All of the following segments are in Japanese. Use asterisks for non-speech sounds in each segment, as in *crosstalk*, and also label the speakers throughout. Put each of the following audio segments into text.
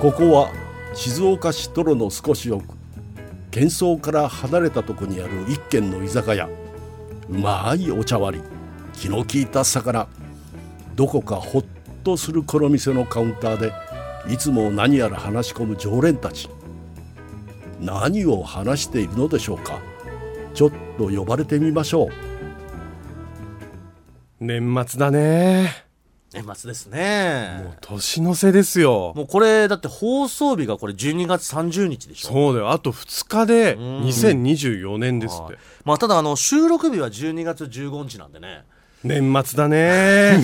Speaker 1: ここは静岡市泥の少し奥喧騒から離れたとこにある一軒の居酒屋うまいお茶割り気の利いた魚どこかほっとするこの店のカウンターでいつも何やら話し込む常連たち何を話しているのでしょうかちょっと呼ばれてみましょう
Speaker 2: 年末だね
Speaker 3: 年末ですね
Speaker 2: もう年の瀬ですよ
Speaker 3: もうこれだって放送日がこれ12月30日でしょ
Speaker 2: そうだよあと2日で
Speaker 3: ん
Speaker 2: 2024年ですっ
Speaker 3: はい
Speaker 2: て
Speaker 3: まあただあの収録日は12月15日なんでね
Speaker 2: 年末だね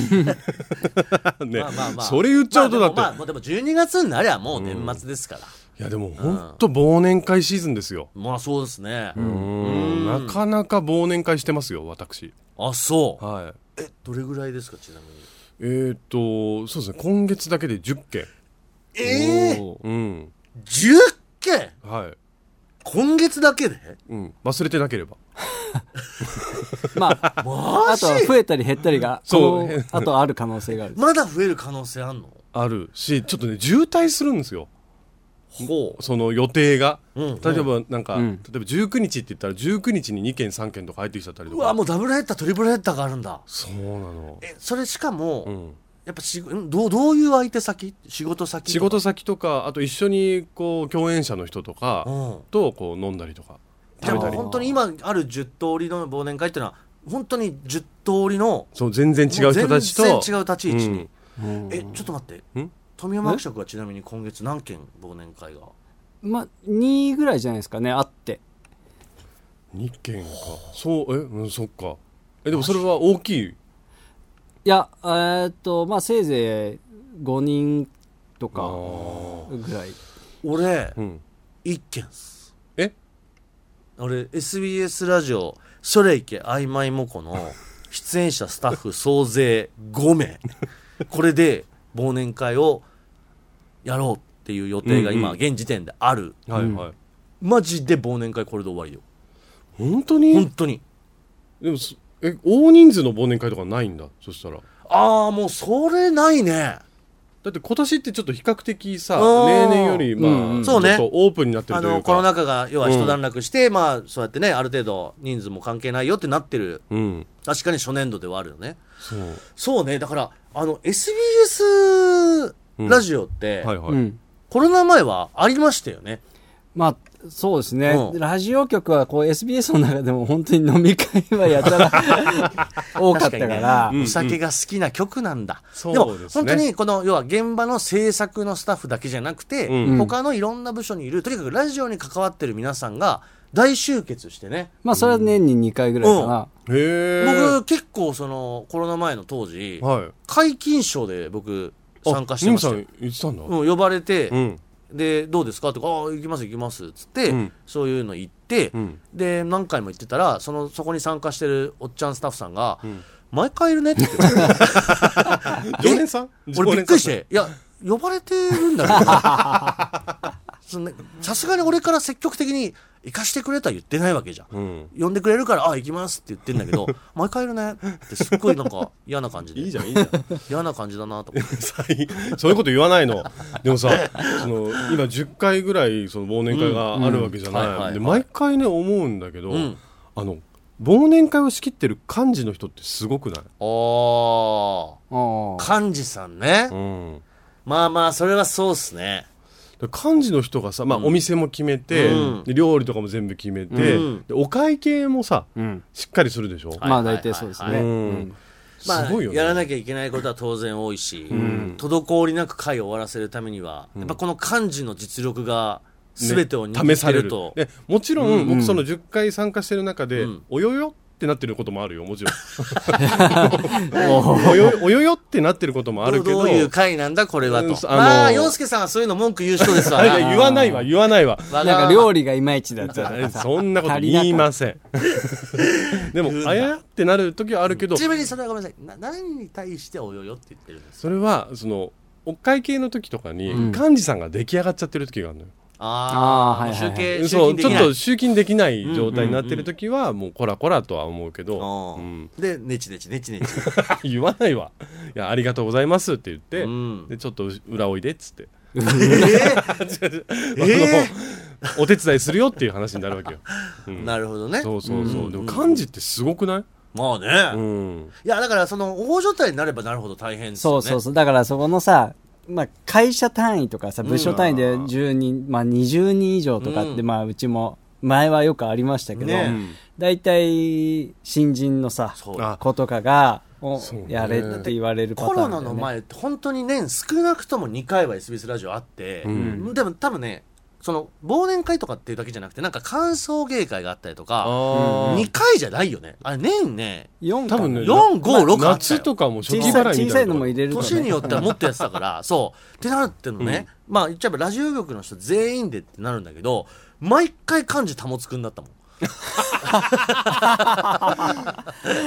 Speaker 2: *laughs* ね
Speaker 3: まあまあまあ
Speaker 2: それ言っちゃうとだって、
Speaker 3: まあでも,、まあ、でも12月になりゃもう年末ですから、
Speaker 2: いやでも本当忘年会シーズンですよ
Speaker 3: まあそうですね、
Speaker 2: うんなかなか忘年会してますよ私
Speaker 3: あそう
Speaker 2: はい
Speaker 3: えどれぐらいですかちなみに
Speaker 2: えー、っとそうですね今月だけで10件
Speaker 3: ええ
Speaker 2: うん
Speaker 3: 10件
Speaker 2: はい
Speaker 3: 今月だけで
Speaker 2: うん、忘れてなければ
Speaker 4: まあ、あとは増えたり減ったりが、
Speaker 2: そう
Speaker 4: このあとある可能性がある。
Speaker 3: まだ増える可能性あんの
Speaker 2: あるしちょっとね渋滞するんですよ
Speaker 3: ほ
Speaker 2: その予定が、
Speaker 3: うん
Speaker 2: 例えばなんか、
Speaker 4: うん
Speaker 2: 例えば19日って言ったら19日に2件3件とか入ってきちゃったり
Speaker 3: う
Speaker 2: と
Speaker 3: う
Speaker 2: か
Speaker 3: わもうダブルヘッダートリプルヘッダーがあるんだ
Speaker 2: そうなの、
Speaker 3: えそれしかも、
Speaker 2: うん、
Speaker 3: やっぱしんどうどういう相手先仕事先とか
Speaker 2: 仕事先とかあと一緒にこう共演者の人とか
Speaker 3: うん
Speaker 2: とこう飲んだりとか
Speaker 3: じゃ
Speaker 2: 食べた
Speaker 3: あもう
Speaker 2: り
Speaker 3: 本当に今ある10通りの忘年会っていうのは本当に10通りの
Speaker 2: そう全然違う人たちと
Speaker 3: もう全然違う立ち位置に、
Speaker 4: うん
Speaker 3: えちょっと待って
Speaker 2: ん
Speaker 3: 富山伯爵はちなみに今月何件忘年会が
Speaker 4: まあ、2位ぐらいじゃないですかね、あって。
Speaker 2: うん、2件かそうえ、うん、そっかえでもそれは大きい
Speaker 4: いや、えーっと、まあ、せいぜい5人とかぐらい。
Speaker 3: 俺
Speaker 2: うん
Speaker 3: 1件っす
Speaker 2: え
Speaker 3: 俺 SBS ラジオ「それいけあいまいもこ」の出演者スタッフ総勢5名これで忘年会をやろうっていう予定が今
Speaker 2: うん
Speaker 3: 現時点である、
Speaker 2: はいはい、
Speaker 3: マジで忘年会これで終わりよ
Speaker 2: 本当に、
Speaker 3: 本当に
Speaker 2: でもそえ大人数の忘年会とかないんだそしたら
Speaker 3: ああもうそれないね
Speaker 2: だって今年ってちょっと比較的さ
Speaker 3: あー
Speaker 2: 例年よりまあ、
Speaker 4: うんうん
Speaker 2: ちょっと
Speaker 3: そうね
Speaker 2: オープンになってる
Speaker 3: あ
Speaker 2: とい
Speaker 3: の
Speaker 2: う
Speaker 3: コロ
Speaker 2: か
Speaker 3: ナ禍が要は一段落して、まあそうやってねある程度人数も関係ないよってなってる
Speaker 2: うん
Speaker 3: 確かに初年度ではあるよね
Speaker 2: そう
Speaker 3: そうねだからあの SBS
Speaker 2: うん
Speaker 3: ラジオって、
Speaker 2: はいはい、
Speaker 4: うん。
Speaker 3: コロナ前はありましたよね
Speaker 4: まあ、そうですね。
Speaker 3: うん
Speaker 4: ラジオ局は、こう、SBS の中でも *laughs* 本当に飲み会はやたら *laughs* 多かったから。
Speaker 3: 確にねお酒が好きな曲なんだ、
Speaker 2: そう
Speaker 3: でも
Speaker 2: ですね
Speaker 3: 本当にこの要は現場の制作のスタッフだけじゃなくて、
Speaker 2: うん
Speaker 3: 他のいろんな部署にいるとにかくラジオに関わってる皆さんが大集結してね、
Speaker 4: まあ、それは年に2回ぐらいかな。
Speaker 2: へえ
Speaker 3: 僕結構そのコロナ前の当時
Speaker 2: はい
Speaker 3: 皆勤賞で僕
Speaker 2: あ
Speaker 3: 参加してました
Speaker 2: ニム
Speaker 3: よ
Speaker 2: さん言ってたんだ
Speaker 3: うん、呼ばれて、
Speaker 2: ん
Speaker 3: でどうですかとかああ行きます行きますっつって、
Speaker 2: うん
Speaker 3: そういうの行って、
Speaker 2: うん
Speaker 3: で何回も行ってたらそのそこに参加してるおっちゃんスタッフさんが、毎回いる
Speaker 2: *laughs*
Speaker 3: ねって言って
Speaker 2: 常連さん
Speaker 3: 俺びっくりし
Speaker 2: 常連
Speaker 3: ていや呼ばれてるんだけど *laughs* そのねさすがに俺から積極的に行かしてくれとは言ってないわけじゃん
Speaker 2: さんうん
Speaker 3: 呼んでくれるから、あ、行きますって言ってんだ
Speaker 2: *laughs*
Speaker 3: けど、毎回いるねってすっごいなんか嫌な感じで。
Speaker 2: いいじゃんいいじゃん
Speaker 3: 嫌な感じだなと思って。
Speaker 2: 最そういうこと言わないのでもさ *laughs* その今10回ぐらいその忘年会があるわけじゃない、
Speaker 3: うんうんはいはい
Speaker 2: で毎回ね思うんだけど、
Speaker 3: うん
Speaker 2: あの忘年会を仕切ってる幹事の人ってすごくない、
Speaker 3: あ
Speaker 4: ああ
Speaker 3: ー。幹事さんね。
Speaker 2: うん
Speaker 3: まあまあ、それはそうっすね。
Speaker 2: で幹事の人がさ、まあ、お店も決めて、
Speaker 3: うん
Speaker 2: で料理とかも全部決めて、
Speaker 3: うん
Speaker 2: でお会計もさ
Speaker 4: うん。
Speaker 2: しっかりするでしょ、
Speaker 4: まあ、大体そうです
Speaker 3: は
Speaker 4: ね。
Speaker 3: いは
Speaker 4: うん
Speaker 3: まあ、
Speaker 2: すごいよね
Speaker 3: やらなきゃいけないことは当然多いし、
Speaker 2: ん
Speaker 3: 滞りなく会を終わらせるためには、やっぱこの幹事の実力が全てを
Speaker 2: ね
Speaker 3: 握
Speaker 2: 試
Speaker 3: っ
Speaker 2: さ
Speaker 3: て
Speaker 2: れ
Speaker 3: る
Speaker 2: る
Speaker 3: と。
Speaker 2: でもちろん、
Speaker 4: ん
Speaker 2: 僕その10回参加してる中で、
Speaker 3: うん
Speaker 2: およよってなってることもあるよもちろん *laughs*
Speaker 4: おー
Speaker 2: およおよよってなってることもあ
Speaker 3: ど
Speaker 2: る
Speaker 3: う
Speaker 2: けど
Speaker 3: どういう会なんだこれはと。
Speaker 2: うんあのー
Speaker 3: まあ、洋介さんはそういうの文句言う人ですわ
Speaker 2: あ *laughs* い
Speaker 3: な。
Speaker 2: や言わないわ言わないわ
Speaker 3: わがま
Speaker 4: なん
Speaker 3: ま
Speaker 4: か料理がいまいちだった
Speaker 2: *laughs*
Speaker 4: と
Speaker 2: え
Speaker 4: かさ
Speaker 2: そんなこと言いませ *laughs* んでもあやってなる時はあるけど
Speaker 3: ちなみにそれはごめんなさいな何に対しておよよって言ってるんですか
Speaker 2: それはそのお会計の時とかに、
Speaker 4: うん
Speaker 2: 幹事さんが出来上がっちゃってる時があるのよ
Speaker 3: ああ
Speaker 4: あーはいはい
Speaker 3: 集計集
Speaker 2: そ
Speaker 3: 金
Speaker 2: う
Speaker 3: で
Speaker 2: ちょっ
Speaker 3: きない
Speaker 2: と集金できない状態になってる時はもうコラコラとは思うけど、う
Speaker 3: うん
Speaker 2: *laughs*
Speaker 3: ん、でねちねちねちねち
Speaker 2: 言わないわいやありがとうございますって言って、
Speaker 3: うん
Speaker 2: でちょっと裏おいでっつってあの
Speaker 3: え
Speaker 2: お手伝いするよっていう話になるわけよ。うん
Speaker 3: なるほどね
Speaker 2: そうそうそう、でも漢字ってすごくない、
Speaker 3: まあね、
Speaker 2: う
Speaker 3: い
Speaker 2: ん、
Speaker 3: やだからその大所帯になればなるほど大変ですよね
Speaker 4: そうそうそう。だからそこのさ、まあ、会社単位とかさ、部署単位で
Speaker 3: うん
Speaker 4: 10人、まあ、20人以上とかって、
Speaker 3: うん
Speaker 4: まあ、うちも、前はよくありましたけど
Speaker 3: ね、
Speaker 4: 大体、新人のさ、
Speaker 3: そう
Speaker 2: あ
Speaker 4: 子とかが、お
Speaker 2: そうね
Speaker 4: やれって言われるパター
Speaker 3: コ
Speaker 4: ンだ
Speaker 3: ロ
Speaker 4: よね。
Speaker 3: ナの前って本当に年少なくとも2回は SBS ラジオあって、
Speaker 2: うん
Speaker 3: でも多分ねその忘年会とかっていうだけじゃなくてなんか歓送迎会があったりとか
Speaker 2: あ
Speaker 3: 2回じゃないよねあれ年ね
Speaker 4: 4
Speaker 2: 多
Speaker 4: か
Speaker 2: 分ね
Speaker 4: な
Speaker 3: 456あったよ
Speaker 2: 夏とかも初
Speaker 4: 小
Speaker 2: 期払いみ
Speaker 4: さ
Speaker 2: た
Speaker 4: い
Speaker 2: いな
Speaker 4: 小さいのも入れるとね
Speaker 3: 年によってはもっとやってたから、そう。ってなるってのね、まあ言っちゃえばラジオ局の人全員でってなるんだけど、毎回漢字保つくんだったもん。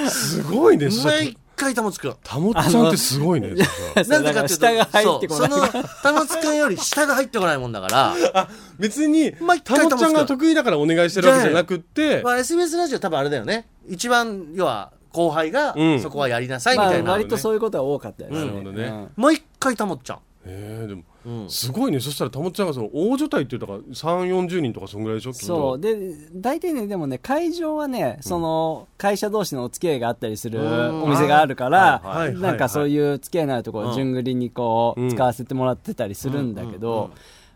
Speaker 2: すごいねそれ
Speaker 3: 毎回保つくん。
Speaker 2: たもっちゃんってすごいねそれ
Speaker 4: *laughs* そうだから下が入ってこない
Speaker 3: そうその、保つくんより下が入ってこないもんだ
Speaker 4: *laughs*
Speaker 3: から、
Speaker 2: 別にたも
Speaker 3: 毎
Speaker 2: っ
Speaker 3: 回
Speaker 2: ちゃんが得意だからお願いしてるわけじゃなくって
Speaker 3: まあ SBS ラジオ多分あれだよね。一番、要は、後輩が
Speaker 2: う、ん
Speaker 3: そこはやりなさいみ
Speaker 4: まあ
Speaker 3: たいな。
Speaker 4: 割とそういうことは多かったよね。
Speaker 2: なるほどね
Speaker 4: うん
Speaker 3: 毎回保っちゃ
Speaker 2: えーでも
Speaker 3: う。うん。
Speaker 2: すごいねそしたらたもっちゃんがその大所帯っていうだから3四4 0人とかそんぐらいでしょきっと
Speaker 4: そう。で、大体ね、でもね、会場はね、その、会社同士のお付き合いがあったりする
Speaker 3: うん
Speaker 4: お店があるか
Speaker 2: はいはい
Speaker 4: ら
Speaker 2: は、い
Speaker 4: なんかそういう付き合いのあるとこ
Speaker 3: う
Speaker 4: ろ、
Speaker 3: ん
Speaker 4: 順繰りにこ
Speaker 2: う
Speaker 4: う、
Speaker 2: ん
Speaker 4: 使わせてもらってたりするんだけ
Speaker 3: うんうんうん
Speaker 4: ど、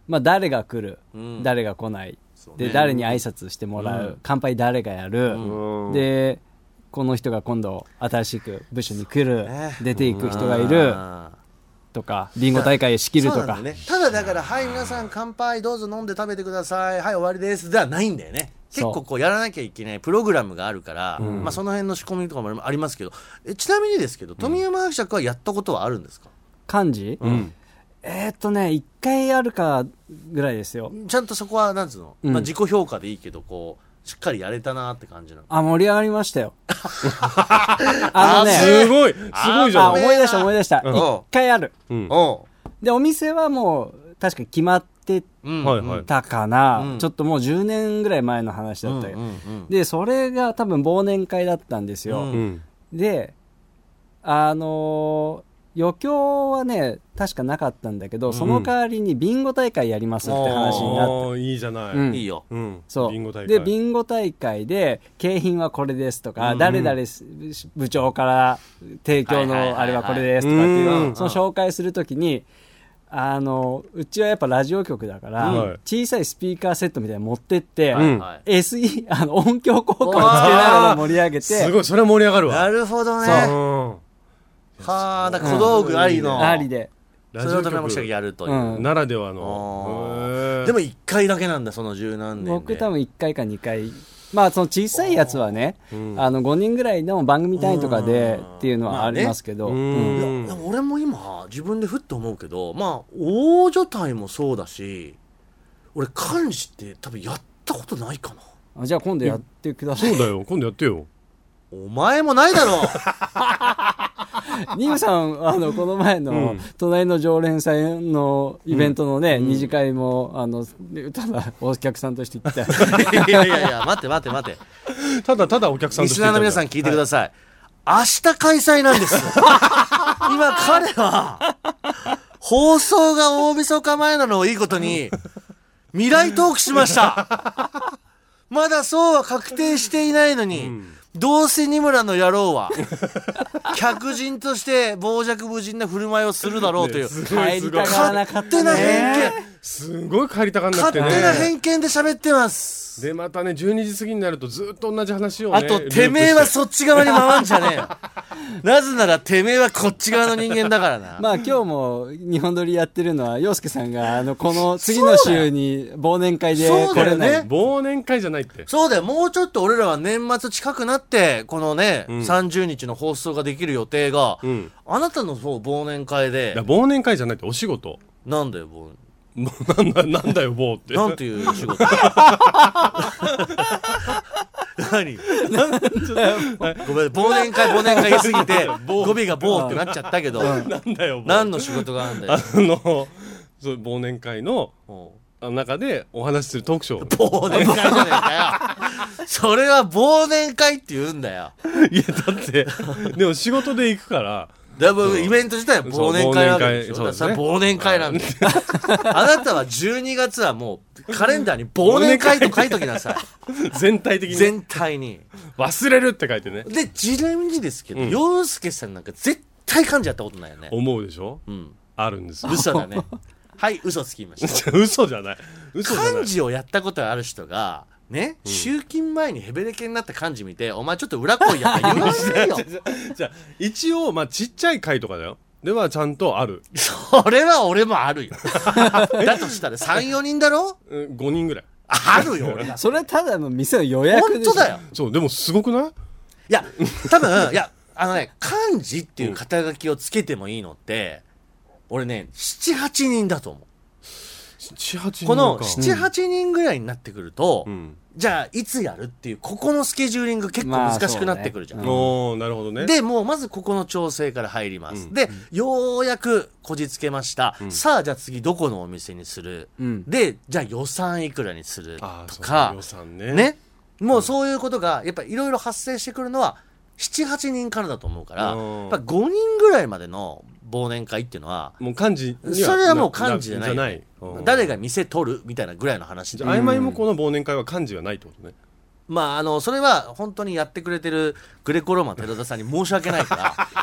Speaker 4: まあ、誰が来る
Speaker 3: うん、
Speaker 4: 誰が来ない、
Speaker 3: そうね
Speaker 4: で、誰に挨拶してもら
Speaker 3: う
Speaker 4: う、乾杯誰がやる、
Speaker 2: うん
Speaker 4: で、この人が今度、新しく部署に来る
Speaker 3: ね、
Speaker 4: 出ていく人がいる
Speaker 3: あー
Speaker 4: とか、ビンゴ大会を仕切ると
Speaker 3: そうな
Speaker 4: か
Speaker 3: ん。だよね、ただだから「はい皆さん乾杯どうぞ飲んで食べてくださいはい終わりです」ではないんだよね結
Speaker 4: そう
Speaker 3: 構こうやらなきゃいけないプログラムがあるから、まあ、その辺の仕込みとかもありますけどえちなみにですけど富山伯爵はやったことはあるんですか、
Speaker 4: 漢字
Speaker 2: うん
Speaker 4: えーっとね、一回あるかぐらいですよ。
Speaker 3: ちゃんとそこはなんつうの、
Speaker 4: うん
Speaker 3: まあ、自己評価でいいけどこうしっかりやれたなって感じなの
Speaker 4: あ、盛り上がり
Speaker 3: *laughs*
Speaker 4: ましたよ。あのね、
Speaker 2: すごいすごいじ
Speaker 4: あ、
Speaker 2: ゃない
Speaker 4: 思い出した思い出した。
Speaker 2: うん
Speaker 4: 一回ある。
Speaker 2: うん
Speaker 3: お
Speaker 4: で、お店はもう、確か決まって
Speaker 3: う、うん
Speaker 2: はいはい
Speaker 4: たかな、
Speaker 3: うん
Speaker 4: ちょっともう10年ぐらい前の話だったよ。
Speaker 3: うんうん
Speaker 4: で、それが多分忘年会だったんですよ。
Speaker 3: うん
Speaker 2: うん
Speaker 4: で、あのー余興はね、確かなかったんだけど、その代わりにビンゴ大会やりますって話になって、
Speaker 2: あーいいじゃない、
Speaker 4: うん
Speaker 3: いいよ
Speaker 2: うん
Speaker 4: そう。
Speaker 2: ビンゴ大会
Speaker 4: で、ビンゴ大会で、景品はこれですとか、
Speaker 2: うん
Speaker 4: 誰々す部長から提供
Speaker 3: はいはいはいはい
Speaker 4: のあれはこれですとかっていうう、
Speaker 2: ん
Speaker 4: その紹介するときに、あの、うちはやっぱラジオ局だから、
Speaker 2: うん
Speaker 4: 小さいスピーカーセットみたいに持ってって、
Speaker 2: うん
Speaker 3: はい
Speaker 4: SE、あの、音響効果をつけながら盛り上げ
Speaker 2: す
Speaker 4: て、
Speaker 2: ごいそれは盛り上がる
Speaker 3: な
Speaker 2: わ
Speaker 3: るほどね
Speaker 2: そう
Speaker 3: はあだから小道具ありの、
Speaker 4: ありで。
Speaker 2: うん
Speaker 3: それを富山伯爵やるという、
Speaker 4: うん
Speaker 2: ならでは
Speaker 3: あ
Speaker 2: の
Speaker 3: ー
Speaker 2: へー
Speaker 3: でも1回だけなんだその十何年で
Speaker 4: 僕多分1回か2回。まあ、その小さいやつはね、あの、5人ぐらいの番組単位とかでっていうのはありますけど、
Speaker 2: う
Speaker 4: うん
Speaker 2: ん
Speaker 3: いや俺も今自分でふっと思うけどまあ大所帯もそうだし俺漢字って多分やったことないかな
Speaker 4: あじゃあ今度やってください
Speaker 2: そうだよ今度やってよ
Speaker 3: お前もないだろう *laughs*
Speaker 4: ニムさん、あの、この前の、隣の常連さんのイベントのね、二次会も、あの、ただ、お客さんとし
Speaker 3: *laughs*
Speaker 4: て行ってた。
Speaker 3: いやいやいや待って待って待って
Speaker 2: ただただお客さん
Speaker 3: リ
Speaker 2: と
Speaker 3: スナーの皆さん聞いてください、明日開催なんです今彼は放送が大晦日前なのをいいことに未来トークしましたまだそうは確定していないのに、どうせ二村の野郎は客人として傍若無人な振る舞いをするだろうという、
Speaker 2: すごい
Speaker 4: 帰
Speaker 2: す
Speaker 4: り
Speaker 2: ごい
Speaker 4: たがらなかっ
Speaker 3: 勝手
Speaker 4: た
Speaker 3: な
Speaker 4: ね。
Speaker 3: 偏見
Speaker 2: すごい帰りたがんなくて
Speaker 3: 勝手
Speaker 2: ね
Speaker 3: な偏見で喋ってます、
Speaker 2: でまたね12時過ぎになるとずっと同じ話をね
Speaker 3: あと、てめえはそっち側に回んじゃね
Speaker 2: *laughs*
Speaker 3: えよ。なぜなら、てめえはこっち側の人間だから
Speaker 2: *laughs*
Speaker 3: な。
Speaker 4: まあ今日も日本撮りやってるのは、洋介さんが、あの、この次の週に忘年会で
Speaker 3: そう
Speaker 4: 来
Speaker 3: だよ
Speaker 4: れない。
Speaker 2: ループして忘年会じゃないって
Speaker 3: そうだよ、もうちょっと俺らは年末近くなって、このね、30日の放送ができる予定が、
Speaker 2: ん
Speaker 3: あなたのそう忘年会
Speaker 2: いや
Speaker 3: で、
Speaker 2: 忘年会じゃないってお仕事 *laughs*
Speaker 3: なんだよ、忘
Speaker 2: もうなんだなんだよ忘って
Speaker 3: なんていう仕
Speaker 2: *laughs*
Speaker 3: 事何ごめん、忘年会、忘年会言いすぎて、語尾が棒ってなっちゃったけど、
Speaker 2: なんだよ
Speaker 3: 何
Speaker 2: の
Speaker 3: の仕事があるんだよ
Speaker 2: あ。のそう忘年会の
Speaker 3: もう
Speaker 2: あの中でお話しするトークシ
Speaker 3: *laughs*
Speaker 2: ョー
Speaker 3: 忘年会じゃねえかよ。それは忘年会って言うんだよ。
Speaker 2: いやだってでも仕事で行くから
Speaker 3: だからイベント自体は忘年会なわけでしょ
Speaker 2: そう忘年会
Speaker 3: それ
Speaker 2: そ
Speaker 3: は忘年会なんであ
Speaker 2: *laughs*
Speaker 3: なたは12月はもうカレンダーに忘年会と書いときなさ
Speaker 2: *laughs* 全体
Speaker 3: い
Speaker 2: 的に
Speaker 3: 全体に
Speaker 2: 忘れるって書いてね
Speaker 3: でちなみにですけど、
Speaker 2: うん
Speaker 3: 洋介さんなんか絶対感じやったことないよね
Speaker 2: 思うでしょ
Speaker 3: うん
Speaker 2: あるんですよ
Speaker 3: 嘘だねはい嘘つきまし
Speaker 2: *laughs*
Speaker 3: た
Speaker 2: 嘘じゃない嘘じゃない
Speaker 3: 漢字をやったことある人がね、集金前にヘベレケになった漢字見て、お前ちょっと裏声やったら言わないよ。
Speaker 2: *laughs* じゃあ一応まあちっちゃい回とかだよではちゃんとある
Speaker 3: それは俺も
Speaker 2: *laughs*
Speaker 3: あるよ。だとしたら3、4人だろ
Speaker 2: うん5人ぐらい
Speaker 3: あるよ、俺だって
Speaker 4: それただの店の予約
Speaker 3: 本
Speaker 4: でしょ
Speaker 3: 当だよ。
Speaker 2: そうでもすごくない
Speaker 3: いや、多分、いや、あのね、漢字っていう肩書きをつけてもいいのって、俺ね、7、8人だと思う。
Speaker 2: 78人
Speaker 3: この
Speaker 2: か
Speaker 3: 7、8人ぐらいになってくると、
Speaker 2: うん
Speaker 3: じゃあいつやるっていう、ここのスケジューリング結構難しくなってくるじゃん。
Speaker 4: まあそうね
Speaker 2: おーなるほどね
Speaker 3: で、もうまずここの調整から入ります。
Speaker 2: うん
Speaker 3: で、ようやくこじつけました。
Speaker 2: ん
Speaker 3: さあ、じゃあ次どこのお店にする、
Speaker 4: うん
Speaker 3: で、じゃあ予算いくらにする
Speaker 2: あー
Speaker 3: と
Speaker 2: そう
Speaker 3: か
Speaker 2: 予、算ね
Speaker 3: ね。もうそういうことが、やっぱいろいろ発生してくるのは、7、8人からだと思うから、や
Speaker 2: う
Speaker 3: っ
Speaker 2: ん
Speaker 3: ぱ5人ぐらいまでの忘年会っていうのは、
Speaker 2: もう漢字に
Speaker 3: それはもう漢字じゃない。
Speaker 2: うん
Speaker 3: 誰が店取るみたいなぐらいの
Speaker 2: じ
Speaker 3: 話で
Speaker 2: ゃあ。曖昧もこの忘年会は漢字がないってことね
Speaker 3: まあ、あの、それは本当にやってくれてるグレコローマン寺田さんに申し訳な
Speaker 2: *laughs*
Speaker 3: いか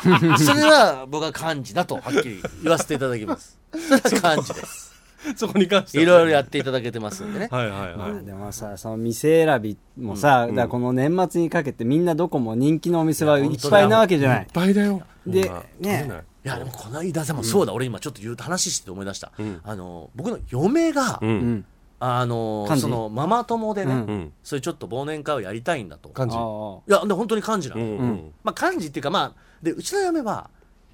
Speaker 3: ら、それは僕は漢字だとはっきり言わせていただきます。それは
Speaker 2: *laughs*
Speaker 3: 漢字です。
Speaker 2: そこに関して
Speaker 3: い
Speaker 2: は
Speaker 3: ろいろやっていただけてますんでね。
Speaker 2: はいはいはい、
Speaker 4: まあでもさその店選びもさ、だからこの年末にかけてみんなどこも人気のお店はいっぱいなわけじゃな
Speaker 2: い
Speaker 4: い
Speaker 2: っぱいだよ
Speaker 4: で
Speaker 2: そんな
Speaker 4: ね
Speaker 2: 取れない
Speaker 3: いや、でもこの間さ、もうそうだ、俺今ちょっと言うと話してて思い出した。
Speaker 2: うん
Speaker 3: あの、僕の嫁が、
Speaker 2: う
Speaker 4: うんん
Speaker 3: あの、
Speaker 4: 漢字
Speaker 3: その、ママ友でね、
Speaker 4: う
Speaker 2: うんん
Speaker 3: そういうちょっと忘年会をやりたいんだと。
Speaker 2: 漢
Speaker 4: あ
Speaker 2: 字
Speaker 4: あ
Speaker 3: いや、で本当に漢字なの。
Speaker 2: うんうん
Speaker 3: まあ、漢字っていうか、まあ、で、うちの嫁は、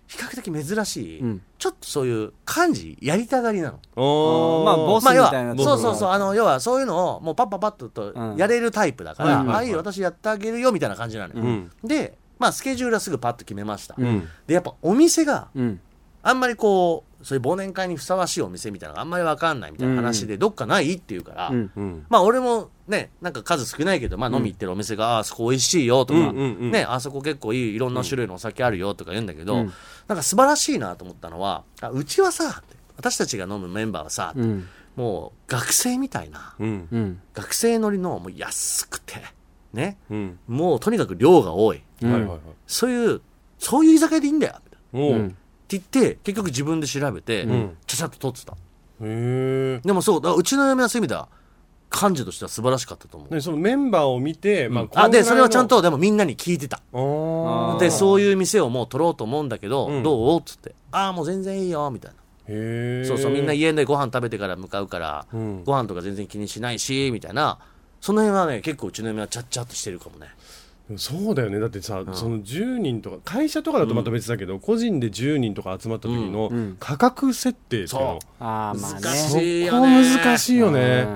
Speaker 3: 比較的珍しい、
Speaker 4: うん
Speaker 3: ちょっとそういう漢字やりたがりなの。
Speaker 2: おー
Speaker 4: まあボス
Speaker 3: まあ、要
Speaker 4: みたいな
Speaker 3: は
Speaker 4: とこ
Speaker 3: そうそ
Speaker 4: ろ
Speaker 3: うそうあの要はそういうのをもうパッパパッとと
Speaker 4: うん
Speaker 3: やれるタイプだから、
Speaker 2: はいはいはい
Speaker 3: ああいいよ私やってあげるよみたいな感じなのよ、
Speaker 2: うん
Speaker 3: で、まあ、スケジュールはすぐパッと決めました、
Speaker 2: うん
Speaker 3: でやっぱお店が
Speaker 4: うん
Speaker 3: あんまりこうそういう忘年会にふさわしいお店みたいなのがあんまりわかんないみたいな話で、どっかないっていうから、
Speaker 4: うん
Speaker 2: うん
Speaker 3: まあ俺もね、なんか数少ないけど、まあ飲み行ってるお店が、ああそこ美味しいよとか、
Speaker 2: うんうんうん
Speaker 3: ね、あそこ結構いい、いろんな種類のお酒あるよとか言うんだけど、
Speaker 4: うん
Speaker 3: なんか素晴らしいなと思ったのは、あうちはさ、私たちが飲むメンバーはさ、
Speaker 4: うん
Speaker 3: もう学生みたいな、
Speaker 2: うん
Speaker 4: うん
Speaker 3: 学生乗りのもう安くて、ね、
Speaker 2: うん
Speaker 3: もうとにかく量が多い。
Speaker 2: はいはいはい
Speaker 3: そういう、そういう居酒屋でいいんだよ。って
Speaker 2: お
Speaker 4: うん
Speaker 3: 言って、結局自分で調べて、
Speaker 2: ん
Speaker 3: ちゃちゃっと取ってた。
Speaker 2: ーへえ
Speaker 3: でもそう、だからうちの嫁はそういう意味では、感じとしては素晴らしかったと思う。
Speaker 2: でそのメンバーを見て、まあこ
Speaker 3: あ、
Speaker 2: のぐらい
Speaker 3: で、
Speaker 2: の
Speaker 3: それはちゃんと、でもみんなに聞いてた。
Speaker 2: あー
Speaker 3: で、そういう店をもう取ろうと思うんだけど、
Speaker 2: うん
Speaker 3: どうっつって、ああ、もう全然いいよ、みたいな。
Speaker 2: へえ
Speaker 3: そうそう、みんな家でご飯食べてから向かうから、
Speaker 2: うん
Speaker 3: ご飯とか全然気にしないし、みたいな。その辺はね、結構うちの嫁はちゃっちゃっとしてるかもね。
Speaker 2: そうだよねだってさ、その10人とか会社とかだとまた別だけど、個人で10人とか集まった時の
Speaker 4: ん
Speaker 2: 価格設定っていうの、
Speaker 3: そ
Speaker 4: ああまあね
Speaker 3: 難
Speaker 2: そ
Speaker 3: し
Speaker 2: こ
Speaker 3: いよね
Speaker 2: 難しいよね、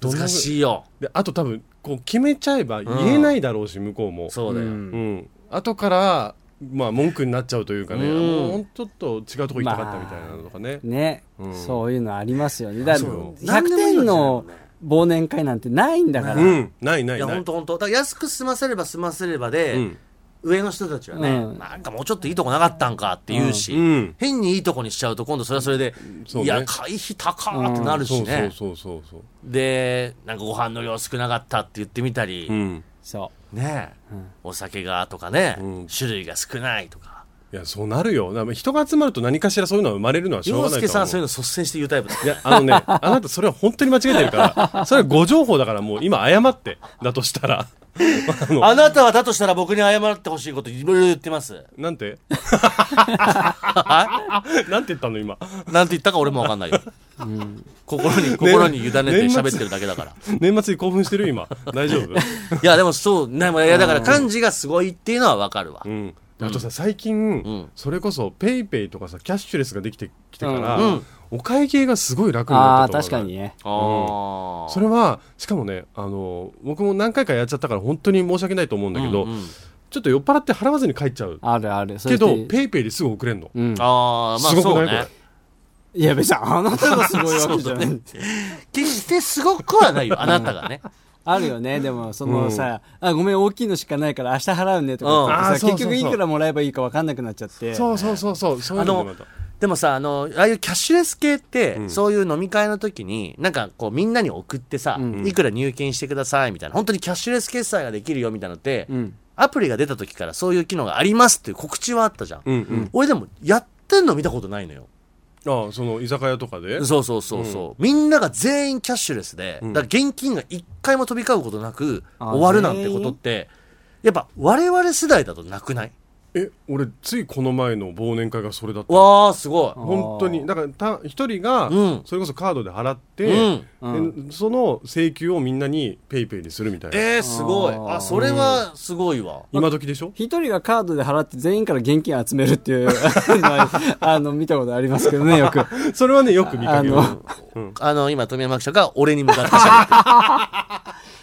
Speaker 2: どのぐ
Speaker 3: 難しいよ。
Speaker 2: であと多分こう決めちゃえば言えないだろうし、向こうも
Speaker 3: そうだよ。
Speaker 4: ん
Speaker 2: うん、後から、まあ、文句になっちゃうというかね、
Speaker 3: うん
Speaker 2: もうほんとちょっと違うとこ行きたかったみたいなのとかね、
Speaker 4: ね、
Speaker 2: うん
Speaker 4: そういうのありますよねだから
Speaker 2: そう
Speaker 3: 何でも
Speaker 4: 100
Speaker 3: いいわけじゃないも
Speaker 4: 点の
Speaker 3: んね
Speaker 4: 忘年会なんてないんだから、
Speaker 2: うんないないい
Speaker 3: や、
Speaker 2: な
Speaker 3: ほ
Speaker 2: い
Speaker 3: んとほんと。だから安く済ませれば済ませればで、
Speaker 2: うん
Speaker 3: 上の人たちはね、
Speaker 4: うん
Speaker 3: なんかもうちょっといいとこなかったんかって言うし、
Speaker 2: うん
Speaker 3: 変にいいとこにしちゃうと今度それはそれで、
Speaker 2: そうね
Speaker 3: いや、会費高ーってなるし
Speaker 2: そう
Speaker 3: ね。
Speaker 2: そうそうそうそう
Speaker 3: でなんかご飯の量少なかったって言ってみたり、
Speaker 2: うん
Speaker 4: そ
Speaker 3: ねえ、お酒がとかね、
Speaker 2: うん
Speaker 3: 種類が少ないとか
Speaker 2: いやそうなるよだから人が集まると何かしらそういうのは生まれるのはしょう
Speaker 3: 洋
Speaker 2: がない
Speaker 3: 介
Speaker 2: と
Speaker 3: さ
Speaker 2: 思
Speaker 3: んはそういう
Speaker 2: う
Speaker 3: の率先して言うタイプだ
Speaker 2: いやあのねあなたそれは本当に間違えてる
Speaker 3: *laughs*
Speaker 2: からそれは誤情報だからもう今謝ってだとしたら *laughs* あの
Speaker 3: あなたはだとしたら僕に謝ってほしいこといろいろ言ってます
Speaker 2: なんて *laughs*
Speaker 3: は
Speaker 2: なんて言ったの今
Speaker 3: いなんて言ったか俺も分かんないよ、心に心に委ねて喋ってるだけだから
Speaker 2: 年末に興奮してる今大丈夫
Speaker 3: *laughs* いやでもそうねいやだから漢字がすごいっていうのは分かるわ、
Speaker 2: うんあとさ最近、
Speaker 3: ん
Speaker 2: それこそペイペイとかさキャッシュレスができてきてから、
Speaker 3: うんうん
Speaker 2: お会計がすごい楽
Speaker 4: う
Speaker 2: に
Speaker 4: あ
Speaker 2: な
Speaker 4: あ
Speaker 2: ったと
Speaker 4: 確
Speaker 2: 思う
Speaker 4: かにね
Speaker 3: あー
Speaker 2: それはしかもねあの僕も何回かやっちゃったから本当に申し訳ないと思うんだけど、
Speaker 3: うんうん
Speaker 2: ちょっと酔っ払って払わずに帰っちゃう
Speaker 4: あるあるそ
Speaker 2: け
Speaker 4: れ
Speaker 2: ど
Speaker 4: で
Speaker 2: ペイペイですぐ送れんの、
Speaker 4: うん、
Speaker 3: あーまあ
Speaker 2: すご
Speaker 3: そ
Speaker 2: く
Speaker 3: う
Speaker 2: ない
Speaker 3: ね
Speaker 2: こ
Speaker 4: い *laughs* や別にあなたがすごいわけじゃない
Speaker 3: 決してすごくはないよあなたがね
Speaker 4: あるよねでもそのさ、あごめん大きいのしかないから明日払うねと
Speaker 3: うん
Speaker 4: か
Speaker 2: あー
Speaker 4: 言って
Speaker 2: そうそ
Speaker 4: さ
Speaker 2: う
Speaker 4: 結
Speaker 2: そう
Speaker 4: 局いくらもらえばいいか分かんなくなっちゃって
Speaker 2: そうそうそうそうそうい
Speaker 3: あ
Speaker 2: うの
Speaker 3: の
Speaker 2: でまた
Speaker 3: でもさあのああいうキャッシュレス系って、そういう飲み会の時になんかこうみんなに送ってさ、いくら入金してくださいみたいな本当にキャッシュレス決済ができるよみたいなのって、
Speaker 4: ん
Speaker 3: アプリが出た時からそういう機能がありますっていう告知はあったじゃん、
Speaker 2: うんうん
Speaker 3: 俺でもやってんの見たことないのよ
Speaker 2: ああその居酒屋とかで
Speaker 3: そうそうそうそう、みんなが全員キャッシュレスで、だから現金が一回も飛び交うことなく
Speaker 4: あ
Speaker 3: 終わるなんてことってやっぱ我々世代だとなくない
Speaker 2: え俺ついこの前の忘年会がそれだった
Speaker 3: わあすごい
Speaker 2: 本当にだからた一人が
Speaker 3: うん
Speaker 2: それこそカードで払っ
Speaker 3: う
Speaker 2: て
Speaker 3: ん、
Speaker 2: でその請求をみんなにペイペイにするみたいな
Speaker 3: えー、すごいあそれはすごいわ、
Speaker 2: 今時でしょ
Speaker 4: 一人がカードで払って全員から現金集めるっていうのは *laughs* あの見たことありますけどねよく
Speaker 2: それはねよく見かける
Speaker 4: あの
Speaker 3: あの、今、富山記者が俺に向かって喋っ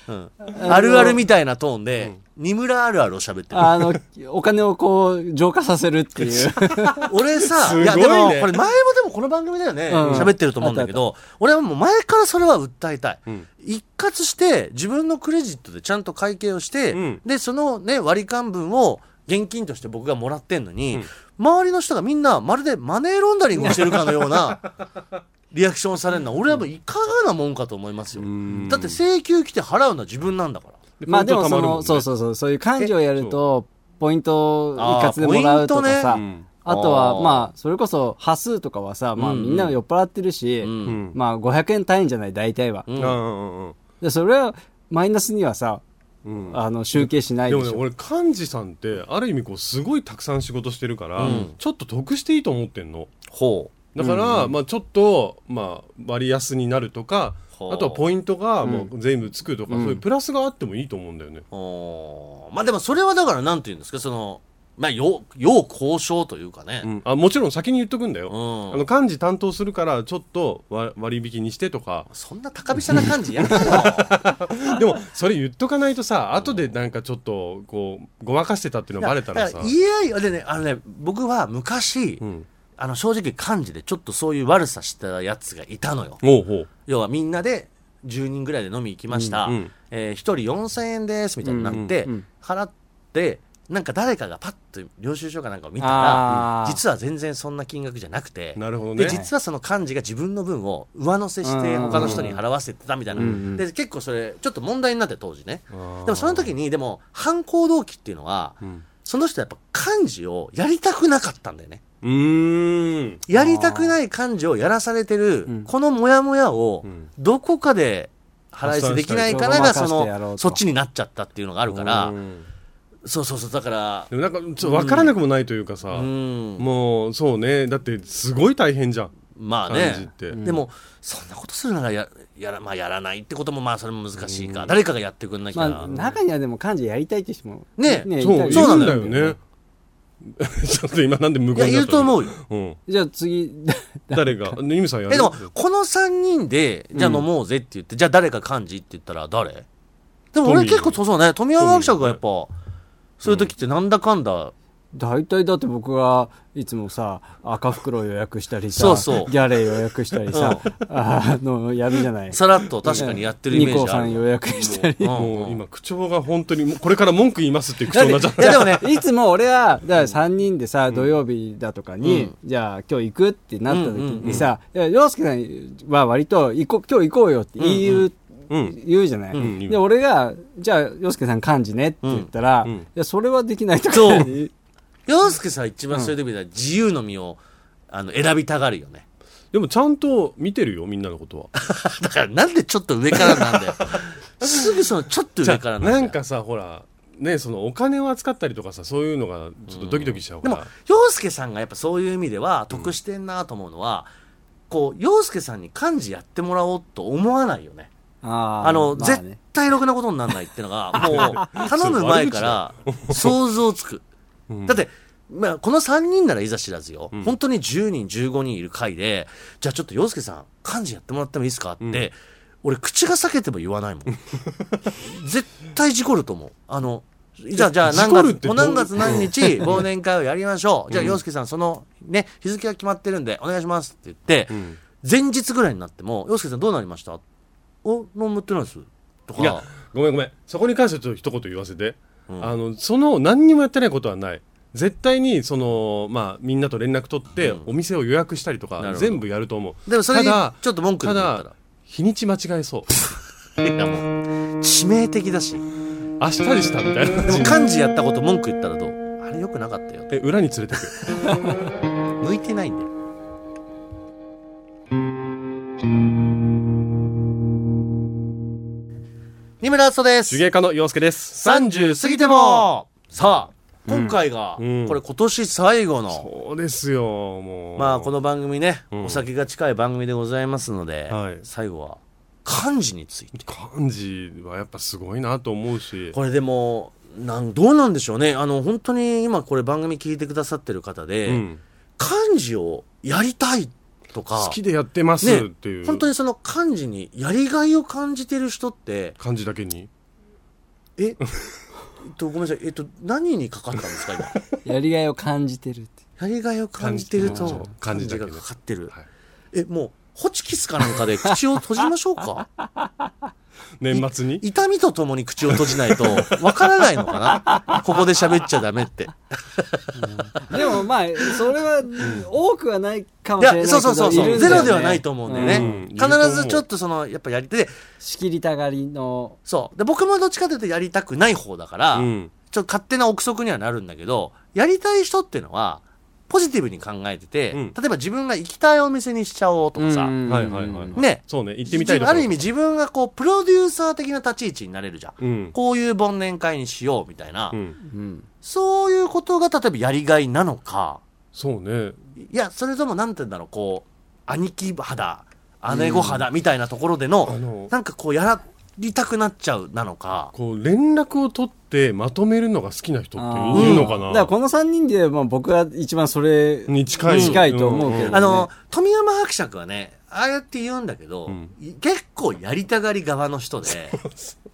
Speaker 3: て *laughs* る。うん、あるあるみたいなトーンで、二村あるあるを喋ってる。
Speaker 4: *laughs* あのお金をこう浄化させるっていう
Speaker 3: 俺さ、
Speaker 2: すごいね
Speaker 3: や、でも、これ前もでもこの番組だよね、
Speaker 4: うん
Speaker 3: 喋ってると思うんだけど、俺はもう前からそれは訴えたい。
Speaker 2: ん
Speaker 3: 一括して、自分のクレジットでちゃんと会計をして、
Speaker 2: うん
Speaker 3: で、そのね、割り勘分を、現金として僕がもらってんのに、周りの人がみんなまるでマネーロンダリングをしてるかのようなリアクションされるのは俺はもういかがなもんかと思いますよ。だって請求来て払うのは自分なんだから。
Speaker 4: *laughs* まあでも
Speaker 2: ポイント貯
Speaker 4: そ
Speaker 2: る
Speaker 4: の、
Speaker 2: んね
Speaker 4: そうそうそうそういう感情をやるとポイントを一
Speaker 3: あー
Speaker 4: 括でもらうとかさ
Speaker 3: ポ
Speaker 2: イ
Speaker 4: あ,、
Speaker 2: ントね
Speaker 4: と
Speaker 3: あー
Speaker 4: はまあそれこそ端数とかはさ、まあ、
Speaker 3: うんうん
Speaker 4: みんな酔っ払ってるし、
Speaker 2: ん
Speaker 4: まあ500円単位じゃない大体は、
Speaker 3: うん
Speaker 2: うんうんうんうん
Speaker 4: でそれはマイナスにはさ
Speaker 2: うん
Speaker 4: あの集計しない
Speaker 2: でも
Speaker 4: で
Speaker 2: ね
Speaker 4: しょ、
Speaker 2: 俺幹事さんってある意味こうすごいたくさん仕事してるから、
Speaker 3: うん
Speaker 2: ちょっと得していいと思ってんの
Speaker 3: ほ
Speaker 2: だから、まあ、ちょっと、まあ、割安になるとか
Speaker 3: ほう
Speaker 2: あとはポイントがもう全部つくとか、そういうプラスがあってもいいと思うんだよね、
Speaker 3: う。おーまあでもそれはだからなんて言うんですか、その、まあ、要、要交渉というかね。
Speaker 2: あもちろん先に言っとくんだよ、
Speaker 3: うん
Speaker 2: あの幹事担当するからちょっと割割引にしてとか
Speaker 3: そんな高飛車
Speaker 2: *laughs*
Speaker 3: な感じやめろ
Speaker 2: でもそれ言っとかないとさ後でなんかちょっとこうごまかしてたっていうのバレたらさ
Speaker 3: だから言えないよ。でね、あのね、僕は昔、
Speaker 2: ん
Speaker 3: あの、正直漢字でちょっとそういう悪さしたやつがいたのよ。
Speaker 2: おうほう
Speaker 3: 要はみんなで10人ぐらいで飲み行きました、
Speaker 2: うんうん
Speaker 3: えー、1人4000円ですみたいになって、
Speaker 4: うんうんうん
Speaker 3: 払ってなんか誰かがパッと領収書かなんかを見た
Speaker 4: あ
Speaker 3: ら
Speaker 4: ー
Speaker 3: 実は全然そんな金額じゃなくて
Speaker 2: なるほどね
Speaker 3: で実はその幹事が自分の分を上乗せして
Speaker 4: うん
Speaker 3: 他の人に払わせてたみたいな、
Speaker 4: ん
Speaker 3: で結構それちょっと問題になって当時ねでもその時にでも犯行動機っていうのは、
Speaker 2: ん
Speaker 3: その人はやっぱ幹事をやりたくなかったんだよね
Speaker 2: うーん
Speaker 3: やりたくない感情をやらされてる、
Speaker 4: ん
Speaker 3: このモヤモヤを
Speaker 2: ん、
Speaker 3: どこかで払い捨てできないからが、
Speaker 4: 発
Speaker 3: そ
Speaker 4: 散したりごまかしてやろう
Speaker 3: の、
Speaker 4: と
Speaker 3: そっちになっちゃったっていうのがあるから
Speaker 2: う、ん
Speaker 3: そうそうそう、だから、
Speaker 2: でもなんかちょっと分からなくもないというかさ、
Speaker 3: うん、
Speaker 2: もうそうねだってすごい大変じゃん
Speaker 3: まあ
Speaker 2: 感じっ
Speaker 3: ね、
Speaker 2: て、
Speaker 3: でも、そんなことするならや、やら、まあやらないってことも、まあそれも難しいか、誰かがやってくんなきゃ
Speaker 4: まあ、
Speaker 3: な。
Speaker 4: 中にはでも漢字やりたいって人も
Speaker 3: ねえ
Speaker 2: そう
Speaker 4: いたり
Speaker 3: そう
Speaker 2: い
Speaker 3: な
Speaker 2: る
Speaker 3: ん
Speaker 2: ん
Speaker 3: だ
Speaker 2: だ
Speaker 3: よ
Speaker 2: よね *laughs* ちょっと今なんで無
Speaker 3: い
Speaker 2: 言
Speaker 3: や、い
Speaker 2: にな
Speaker 3: る
Speaker 2: った
Speaker 3: と
Speaker 2: の
Speaker 3: 思うよ。
Speaker 2: うん
Speaker 4: じゃあ次
Speaker 2: 誰
Speaker 3: *laughs*
Speaker 2: がねゆみさんやる
Speaker 3: え、でも、この3人で、じゃあ飲もうぜって言って、じゃあ誰か漢字って言ったら誰でも俺
Speaker 2: トミー
Speaker 3: 結構そうそうね、富山学者がやっぱ、そういう時ってなんだかんだ、
Speaker 4: 大体だって僕はいつもさ赤袋予約したりさ
Speaker 3: そうそう
Speaker 4: ギャレー予約したりさ、あのやるじゃない
Speaker 3: さらっと確かにやってるイメー
Speaker 4: ニ
Speaker 3: ジ
Speaker 4: コ
Speaker 3: あ
Speaker 4: さ
Speaker 3: る
Speaker 4: ん。予約したり
Speaker 2: もう今口調が本当にもうこれから文句言いますっていう口調になっちゃっ
Speaker 3: *laughs*
Speaker 4: *laughs*
Speaker 3: いやでもね、
Speaker 4: いつも俺はだから3人でさ、土曜日だとかに、じゃあ今日行くってなった時にさ、いや洋介さんは割と行こ今日行こうよって言う、
Speaker 2: うん
Speaker 4: 言うじゃない、
Speaker 2: ん
Speaker 4: で俺が「じゃあ洋介さん漢字ね」って言ったら
Speaker 2: う
Speaker 4: 「
Speaker 2: んうん
Speaker 4: いやそれはできない」とか
Speaker 3: そう *laughs*
Speaker 4: 言う
Speaker 3: 洋介さん一番そういう時は自由の身をあの選びたがるよね。
Speaker 2: でもちゃんと見てるよみんなのことは
Speaker 3: だからなんでちょっと上からなん *laughs* だよ。すぐそのちょっと上からなんだ
Speaker 2: な
Speaker 3: よ。
Speaker 2: んかさほらねそのお金を扱ったりとかさそういうのがちょっとドキドキしちゃうか
Speaker 3: でも
Speaker 2: ら、、
Speaker 3: 洋介さんがやっぱそういう意味では得してんなと思うのは、こう、洋介さんに漢字やってもらおうと思わないよね。
Speaker 4: あー
Speaker 3: あの、
Speaker 4: まあね
Speaker 3: 絶対ろくなことにならないっていうのが、もう、頼む前から想像つく。だって、まあ、この3人ならいざ知らずよ、本当に10人、15人いる回で、じゃあちょっと洋介さん、漢字やってもらってもいいですかって、俺、口が裂けても言わないもん。絶対事故ると思う。あの、じゃあ、じゃあ
Speaker 2: 事
Speaker 3: 何
Speaker 2: 故るっ
Speaker 3: 月、
Speaker 2: て
Speaker 3: も
Speaker 2: ど
Speaker 3: う
Speaker 2: う
Speaker 3: 何月何日、忘年会をやりましょう。じゃあ、洋介さん、その、ね、日付が決まってるんで、お願いしますって言って、前日ぐらいになっても、洋介さんどうなりましたお、何もやってないです。と
Speaker 2: いや
Speaker 3: か、
Speaker 2: ごめんごめんそこに関してちょっと一言言わせて、あのその何にもやってないことはない絶対にその、まあ、みんなと連絡取って、お店を予約したりと
Speaker 3: なる
Speaker 2: か
Speaker 3: ほど
Speaker 2: 全部やると思う
Speaker 3: でもそれに
Speaker 2: ただ
Speaker 3: ちょっと文句で
Speaker 2: た
Speaker 3: も言ったら
Speaker 2: だ日にち間違えそう
Speaker 3: いやもう致命的だしで
Speaker 2: 明日でしたみたいな感
Speaker 3: も
Speaker 2: じ
Speaker 3: 漢字やったこと文句言ったらどうあれ良くなかったよ
Speaker 2: で裏に連れ
Speaker 3: *laughs*
Speaker 2: てく
Speaker 3: 向いてないんだよ二村敦です
Speaker 2: 手芸家の洋介です
Speaker 3: 30過ぎてもさあ今回が、
Speaker 2: うん
Speaker 3: これ今年最後の、
Speaker 2: そうですよもう
Speaker 3: まあこの番組ね、
Speaker 2: うん
Speaker 3: お酒が近い番組でございますので、
Speaker 2: はい
Speaker 3: 最後は漢字について
Speaker 2: 漢字はやっぱすごいなと思うし
Speaker 3: これでもなんどうなんでしょうねあの本当に今これ番組聞いてくださってる方で、
Speaker 2: うん、
Speaker 3: 漢字をやりたいとか
Speaker 2: 好きでやってますっていう、
Speaker 3: ね、本当にその漢字にやりがいを感じてる人って
Speaker 2: 漢字だけに *laughs*
Speaker 3: ええっとごめんなさいえっと何にかかったんですか
Speaker 2: *laughs*
Speaker 3: 今
Speaker 4: やりがいを感じてるって
Speaker 3: やりがいを感じてる
Speaker 2: 感じ
Speaker 3: と漢
Speaker 2: 感
Speaker 3: 字
Speaker 2: じだけ
Speaker 3: が
Speaker 2: ど
Speaker 3: かかってる、
Speaker 2: はい
Speaker 3: えもうホチキスかなんかで口を閉じましょう
Speaker 2: *laughs*
Speaker 3: か
Speaker 2: 年末に
Speaker 3: 痛みとともに口を閉じないとわからないのかなここで喋っちゃダメって
Speaker 4: でもまあそれは多くはないかも
Speaker 3: い
Speaker 4: しれな
Speaker 3: や
Speaker 4: いけど
Speaker 3: そうそうそうそう、
Speaker 4: いるんだ
Speaker 3: ゼ
Speaker 4: よね
Speaker 3: ロではないと思うんでね、
Speaker 2: うん
Speaker 3: 必ずちょっとそのやっぱやりて
Speaker 4: 仕切りたがりの
Speaker 3: そうで僕もどっちかというとやりたくない方だから、
Speaker 2: うん
Speaker 3: ちょっと勝手な憶測にはなるんだけど、やりたい人っていうのは、ポジティブに考えてて、
Speaker 2: うん
Speaker 3: 例えば自分が行きたいお店にしちゃおうとかさ、
Speaker 4: うん
Speaker 2: はいはいはい
Speaker 3: ね、
Speaker 2: そうね行ってみたいとこ
Speaker 3: ある意味自分がこう、プロデューサー的な立ち位置になれるじゃん。
Speaker 2: うん
Speaker 3: こういう忘年会にしようみたいな、
Speaker 2: うん
Speaker 4: うん
Speaker 3: そういうことが例えばやりがいなのか、
Speaker 2: そうね
Speaker 3: いや、それともなんて言うんだろう、こう、兄貴肌、姉御肌みたいなところでの、
Speaker 2: あの
Speaker 3: なんかこう、やりたくなっちゃうなのか、
Speaker 2: こう連絡を取ってまとめるのが好きな人っているのかな、
Speaker 4: だからこの3人で、まあ、僕は一番それ
Speaker 2: に近い
Speaker 4: 近いと思うけど、ね
Speaker 2: ん
Speaker 3: あの、富山伯爵はね、ああやって言うんだけど、
Speaker 2: うん
Speaker 3: い結構やりたがり側の人で、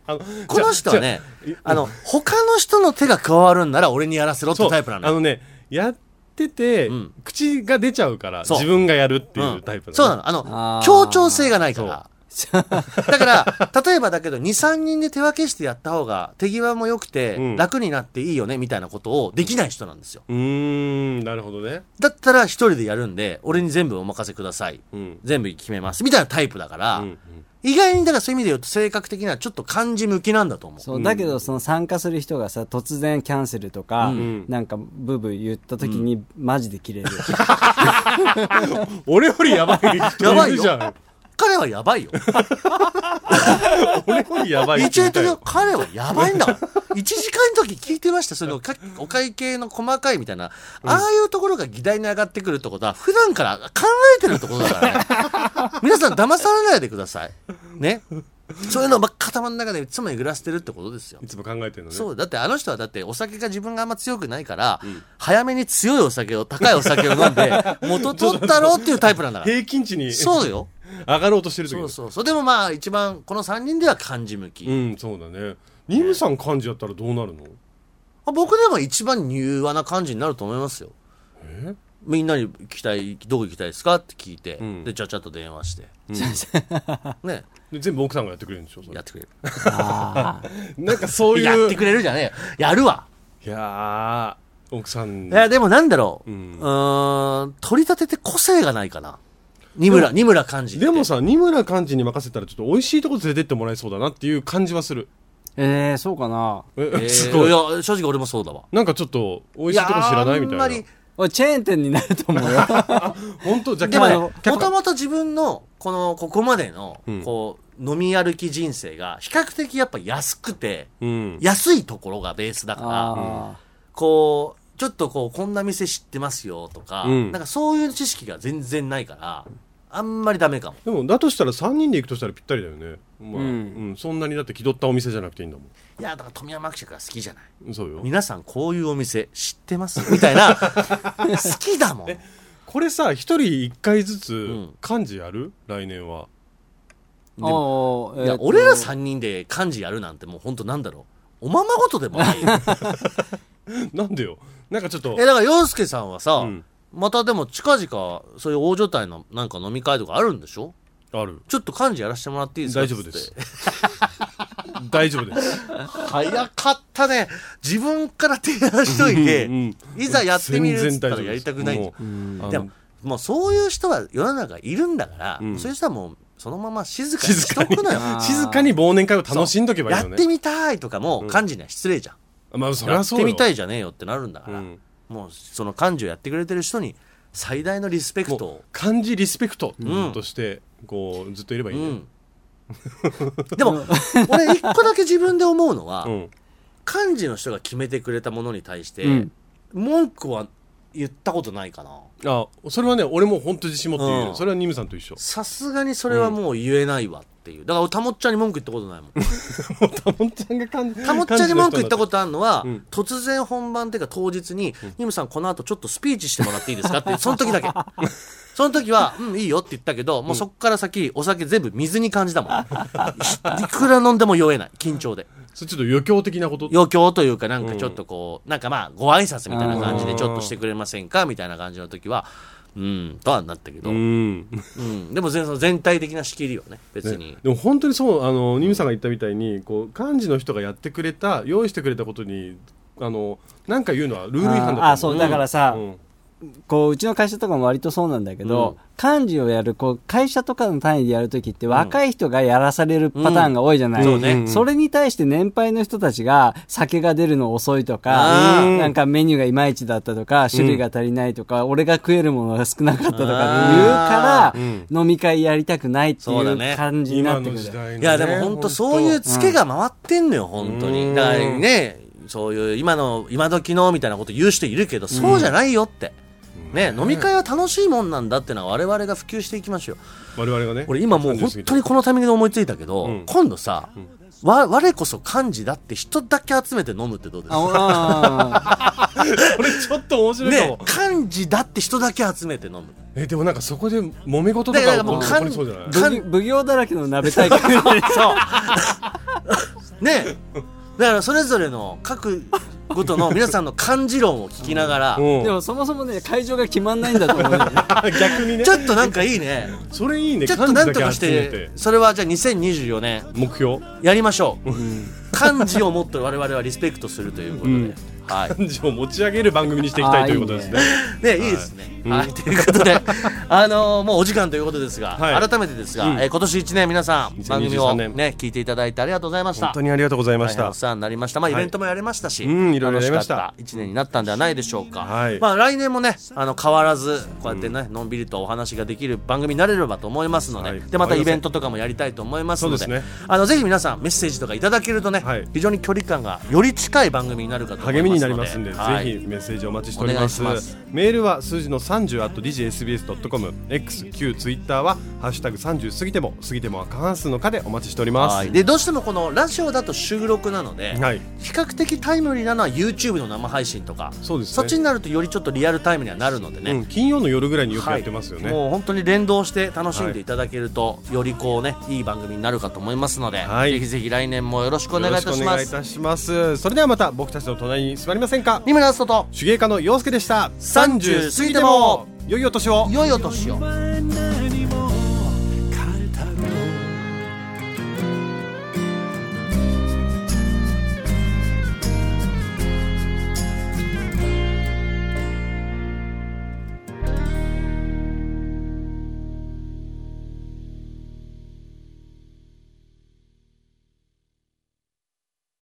Speaker 2: あの
Speaker 3: この人はね、あの、他の人の手が加わるんなら俺にやらせろっ
Speaker 2: そ
Speaker 3: て
Speaker 2: う
Speaker 3: タイプなの
Speaker 2: あ
Speaker 3: よ。
Speaker 2: のねやってて、
Speaker 3: うん
Speaker 2: 口が出ちゃうから
Speaker 3: そう
Speaker 2: 自分がやるって
Speaker 3: う
Speaker 2: いうんタイプ
Speaker 3: そうな
Speaker 2: の
Speaker 3: の。あの
Speaker 4: あ、ー
Speaker 3: 協調性がないから。だから、 *laughs* 例えばだけど、2、3人で手分けしてやった方が手際も良く
Speaker 2: う
Speaker 3: て
Speaker 2: ん、
Speaker 3: 楽になっていいよね、みたいなことをできない人なんですよ。
Speaker 2: うーんなるほどね、
Speaker 3: だったら一人でやるんで、俺に全部お任せください。
Speaker 2: うん
Speaker 3: 全部決めます。みたいなタイプだから、
Speaker 2: うんうん
Speaker 3: 意外にだからそういう意味で言うと性格的にはちょっと漢字向きなんだと思う。
Speaker 4: そうだけどその参加する人がさ突然キャンセルとか、
Speaker 2: ん
Speaker 4: なんかブーブー言った時に、マジで切
Speaker 3: *laughs*
Speaker 4: れる
Speaker 2: 俺よりやばい人いるじゃん
Speaker 3: 彼はやばいよ。
Speaker 2: 俺よりやばい
Speaker 3: 一応
Speaker 2: 人
Speaker 3: 言っ
Speaker 2: いた
Speaker 3: と
Speaker 2: よ
Speaker 3: くよ。彼はやばいんだもん。1時間の時聞いてました。そのかお会計の細かいみたいな。ああいうところが議題に上がってくるってことは、普段から考えてるってことだからね。皆さん騙されないでください。ね。そういうのをま頭の中でいつもえぐらせてるってことですよ
Speaker 2: い。つも考えてるのね
Speaker 3: そうだってあの人はだってお酒が自分があんま強くないから、早めに強いお酒を高いお酒を飲んで元取ったろうっていうタイプなんだから
Speaker 2: 平均値に
Speaker 3: そうよ
Speaker 2: 上がろうとしてる時
Speaker 3: そうそうそうでもまあ一番この3人では漢字向き、
Speaker 2: うんそうだねニムさん漢字やったらどうなるの
Speaker 3: あ僕でも一番柔和な感じになると思いますよみんなに聞きたいどこ行きたいですかって聞いて、
Speaker 2: ん
Speaker 3: でちゃちゃっと電話して、ね
Speaker 2: で全部奥さん *laughs* がやってくれるんでしょそれ
Speaker 3: やってくれる
Speaker 2: なんかそういう
Speaker 3: やってくれるじゃねえよやるわ、
Speaker 2: いやー奥さん
Speaker 3: いやでもなんだろう、う
Speaker 2: うん
Speaker 3: ーん取り立てて個性がないかな二村二村漢字って
Speaker 2: でもさ二村漢字に任せたらちょっと美味しいとこ連れてってもらえそうだなっていう感じはする
Speaker 4: えー、そうかな
Speaker 2: え、
Speaker 3: え
Speaker 2: *laughs*
Speaker 3: ー
Speaker 2: すごい
Speaker 3: いや正直俺もそうだわ
Speaker 2: なんかちょっと美味しいとこ知らないみたい
Speaker 3: や
Speaker 2: な
Speaker 3: あ
Speaker 2: ん
Speaker 3: まり
Speaker 4: 俺チェーン店になると思
Speaker 3: *laughs*
Speaker 4: うよ
Speaker 2: 本当じゃあ
Speaker 3: でもねも
Speaker 2: 客客
Speaker 3: ともと自分のこのここまでの
Speaker 2: うん
Speaker 3: こう飲み歩き人生が比較的やっぱ安くて
Speaker 2: うん
Speaker 3: 安いところがベースだから
Speaker 4: あ
Speaker 3: こうちょっとこうこんな店知ってますよとか、
Speaker 2: うん
Speaker 3: なんかそういう知識が全然ないからあんまりダメかも
Speaker 2: でもだとしたら3人で行くとしたらぴったりだよね、まあう
Speaker 4: うんん
Speaker 2: そんなにだって気取ったお店じゃなくていいんだも
Speaker 3: いやだから富山伯爵が好きじゃない
Speaker 2: んそうよ
Speaker 3: 皆さんこういうお店知ってますみたいな好きだもん
Speaker 2: これさ1人1回ずつ
Speaker 3: ん
Speaker 2: 漢字やる、来年は
Speaker 4: ーおーえ
Speaker 3: いや
Speaker 4: ーと
Speaker 3: 俺ら3人で漢字やるなんてもう本当なんだろうおままごとでもないよ
Speaker 2: なんでよなんかちょっと
Speaker 3: えだから洋介さんはさ、
Speaker 2: うん
Speaker 3: またでも近々そういう大所帯のなんか飲み会とかあるんでしょ
Speaker 2: ある
Speaker 3: *laughs* ちょっと漢字やらせてもらっていいですか
Speaker 2: 大丈夫です
Speaker 3: つって
Speaker 2: 大丈夫です。
Speaker 3: 早かったね自分から提案しといて
Speaker 2: うんうん
Speaker 3: いざやってみるっつ
Speaker 2: 全然
Speaker 3: った
Speaker 2: 大丈夫
Speaker 3: ら
Speaker 2: です
Speaker 3: やりたくないん
Speaker 2: も
Speaker 3: だ
Speaker 2: うあの
Speaker 3: でももうそういう人は世の中いるんだから、
Speaker 2: うん
Speaker 3: そういう人はもうそのまま静かにしとくのよ
Speaker 4: あー
Speaker 2: 静かに忘年会を楽しんどけばいい
Speaker 3: や
Speaker 2: よ
Speaker 3: っ
Speaker 2: ね。
Speaker 3: てみたいとかも幹事には失礼じゃん、
Speaker 2: まあ、そり
Speaker 3: や
Speaker 2: ゃ
Speaker 3: っ
Speaker 2: そう
Speaker 3: て
Speaker 2: よ。
Speaker 3: みたいじゃねえよってなるんだか
Speaker 2: う
Speaker 3: ら、
Speaker 2: ん
Speaker 3: もうその幹事をやってくれてる人に最大のリスペクト
Speaker 2: も
Speaker 3: を
Speaker 2: う漢字リスペクト
Speaker 3: うん
Speaker 2: としてこうずっといればいいね。
Speaker 3: うんでも俺一個だけ自分で思うのは、
Speaker 2: *laughs* うん
Speaker 3: 幹事の人が決めてくれたものに対して、
Speaker 4: うん
Speaker 3: 文句は言ったことないかな
Speaker 2: あそれはね俺も本当自信持って言う
Speaker 3: うん
Speaker 2: よそれはニムさんと一緒
Speaker 3: さすがにそれはもう言えないわっていうだから俺たもっちゃんに文句言ったこと *laughs* ないもん
Speaker 2: タモちゃんが感じ
Speaker 3: たもっちゃんに文句言ったことあるのは、
Speaker 2: うん
Speaker 3: 突然本番っていうか当日に「ニムさんこの後ちょっとスピーチしてもらっていいですか?」 *laughs* ってその時だけその時は「うんいいよ」って言ったけどもうそっから先お酒全部水に感じたもんいくら飲んでも酔えない緊張で
Speaker 2: それちょっと余興的なこと
Speaker 3: 余興というかなんかちょっとこう、なんかまあご挨拶みたいな感じでちょっとしてくれませんかみたいな感じの時はうんとはなったけど、
Speaker 2: う
Speaker 3: うん
Speaker 2: ん
Speaker 3: でも全その全体的な仕切りはね別に、
Speaker 2: でも本当にそうあのニムさんが言ったみたいにこう幹事の人がやってくれた用意してくれたことにあのなんか言うのはルール違反だと思
Speaker 4: あーあそうだからさ
Speaker 2: ん
Speaker 4: こううちの会社とかも割とそうなんだけど、幹事をやるこう会社とかの単位でやるときって若い人がやらされるパターンが多いじゃない、
Speaker 3: うんそうね
Speaker 4: それに対して年配の人たちが酒が出るの遅いとか、
Speaker 3: あー
Speaker 4: なんかメニューがいまいちだったとか種類が足りないとか、俺が食えるものが少なかったとかって言うから、飲み会やりたくないってい
Speaker 3: そうだ
Speaker 4: う
Speaker 3: ね
Speaker 4: 感じにな
Speaker 2: 今
Speaker 4: って
Speaker 2: の
Speaker 4: くる、
Speaker 2: 時代のね
Speaker 3: いやでも本当そういうツケが回ってんのよ、本当
Speaker 2: う
Speaker 3: に
Speaker 2: ん
Speaker 3: だからねそういう今の今時のみたいなこと言う人いるけどそうじゃないよって、ね飲み会は楽しいもんなんだってのは我々が普及していきましょう
Speaker 2: 我々がね
Speaker 3: 俺今もう本当にこのタイミングで思いついたけど、
Speaker 2: ん
Speaker 3: 今度さ、わ我こそ幹事だって人だけ集めて飲むってどうです
Speaker 4: あ
Speaker 3: か
Speaker 4: あ
Speaker 3: *laughs*
Speaker 2: これちょっと面白いか
Speaker 3: ね
Speaker 2: も
Speaker 3: 幹事だって人だけ集めて飲む
Speaker 2: えでもなんかそこで揉め事と
Speaker 3: だから
Speaker 2: か
Speaker 3: もう
Speaker 2: 起こりそうじゃない
Speaker 3: 幹
Speaker 4: ー *laughs* 奉奉行だらけの
Speaker 3: *laughs*
Speaker 4: 鍋大会
Speaker 3: そう。ねだからそれぞれの各ごとの皆さんの漢字論を聞きな
Speaker 2: *laughs*
Speaker 3: がら、
Speaker 2: うん
Speaker 4: でもそもそもね会場が決まんないんだと思うんだよね
Speaker 2: あ *laughs* 逆にね
Speaker 3: ちょっとなんかいいね。
Speaker 2: それいいね
Speaker 3: ちょっとなん
Speaker 2: 幹事
Speaker 3: と
Speaker 2: だ
Speaker 3: か
Speaker 2: け
Speaker 3: し
Speaker 2: 集め
Speaker 3: て、それはじゃあ2024年
Speaker 2: 目標
Speaker 3: やりましょう。漢字をもっと我々はリスペクトするということで。
Speaker 2: うん
Speaker 3: はい。
Speaker 2: 感じを持ち上げる番組にしていきたいということですね。
Speaker 3: ね、いいですね。はい、ということで、 *laughs* あのーもうお時間ということですが、
Speaker 2: はい
Speaker 3: 改めてですが、
Speaker 2: うん
Speaker 3: えー今年1年皆さん、番組を
Speaker 2: 2023年
Speaker 3: ね、聞いていただいてありがとうございました。
Speaker 2: 本当にありがとうございまし
Speaker 3: 大変
Speaker 2: た
Speaker 3: お。世話になりました。まあ、イ
Speaker 2: はい
Speaker 3: ベントもやれましたし、
Speaker 2: うんいろいろやりました
Speaker 3: 1年になったんではないでしょうか。
Speaker 2: はい
Speaker 3: まあ、来年もね、あの、変わらず、こうやってね、のんびりとお話ができる番組になれればと思いますので、
Speaker 2: はい
Speaker 3: で、またイベントとかもやりたいと思いますので、
Speaker 2: そうですね
Speaker 3: あの、ぜひ皆さん、メッセージとかいただけるとね、
Speaker 2: はい
Speaker 3: 非常に距離感がより近い番組になるかと思います
Speaker 2: 励
Speaker 3: ので。
Speaker 2: みになりますんで、
Speaker 3: はい
Speaker 2: ぜひメッセージお待ちしております
Speaker 3: お願いしま
Speaker 2: メールは数字の30 at digsbs.com xq ツイッターは「ハッシュタグ #30 過ぎても過ぎても」は過半数の課でお待ちしております、
Speaker 3: はい、でどうしてもこのラジオだと収録なので、
Speaker 2: はい
Speaker 3: 比較的タイムリーなのは YouTube の生配信とか
Speaker 2: そうですね
Speaker 3: そっちになるとよりちょっとリアルタイムにはなるのでね、
Speaker 2: うん金曜の夜ぐらいによくやってますよね、
Speaker 3: はいもう本当に連動して楽しんでいただけると、よりこうねいい番組になるかと思いますので、
Speaker 2: はい
Speaker 3: ぜひぜひ来年もよろしくお願いいたし
Speaker 2: よろくお
Speaker 3: ま
Speaker 2: 願いい
Speaker 3: す
Speaker 2: たしますそれではまた僕たちの隣に座りませんか
Speaker 3: 三村敦人と
Speaker 2: 手芸家の洋介でした
Speaker 3: 30過ぎても
Speaker 2: 良いお年を
Speaker 3: 良いお年を
Speaker 5: 前ない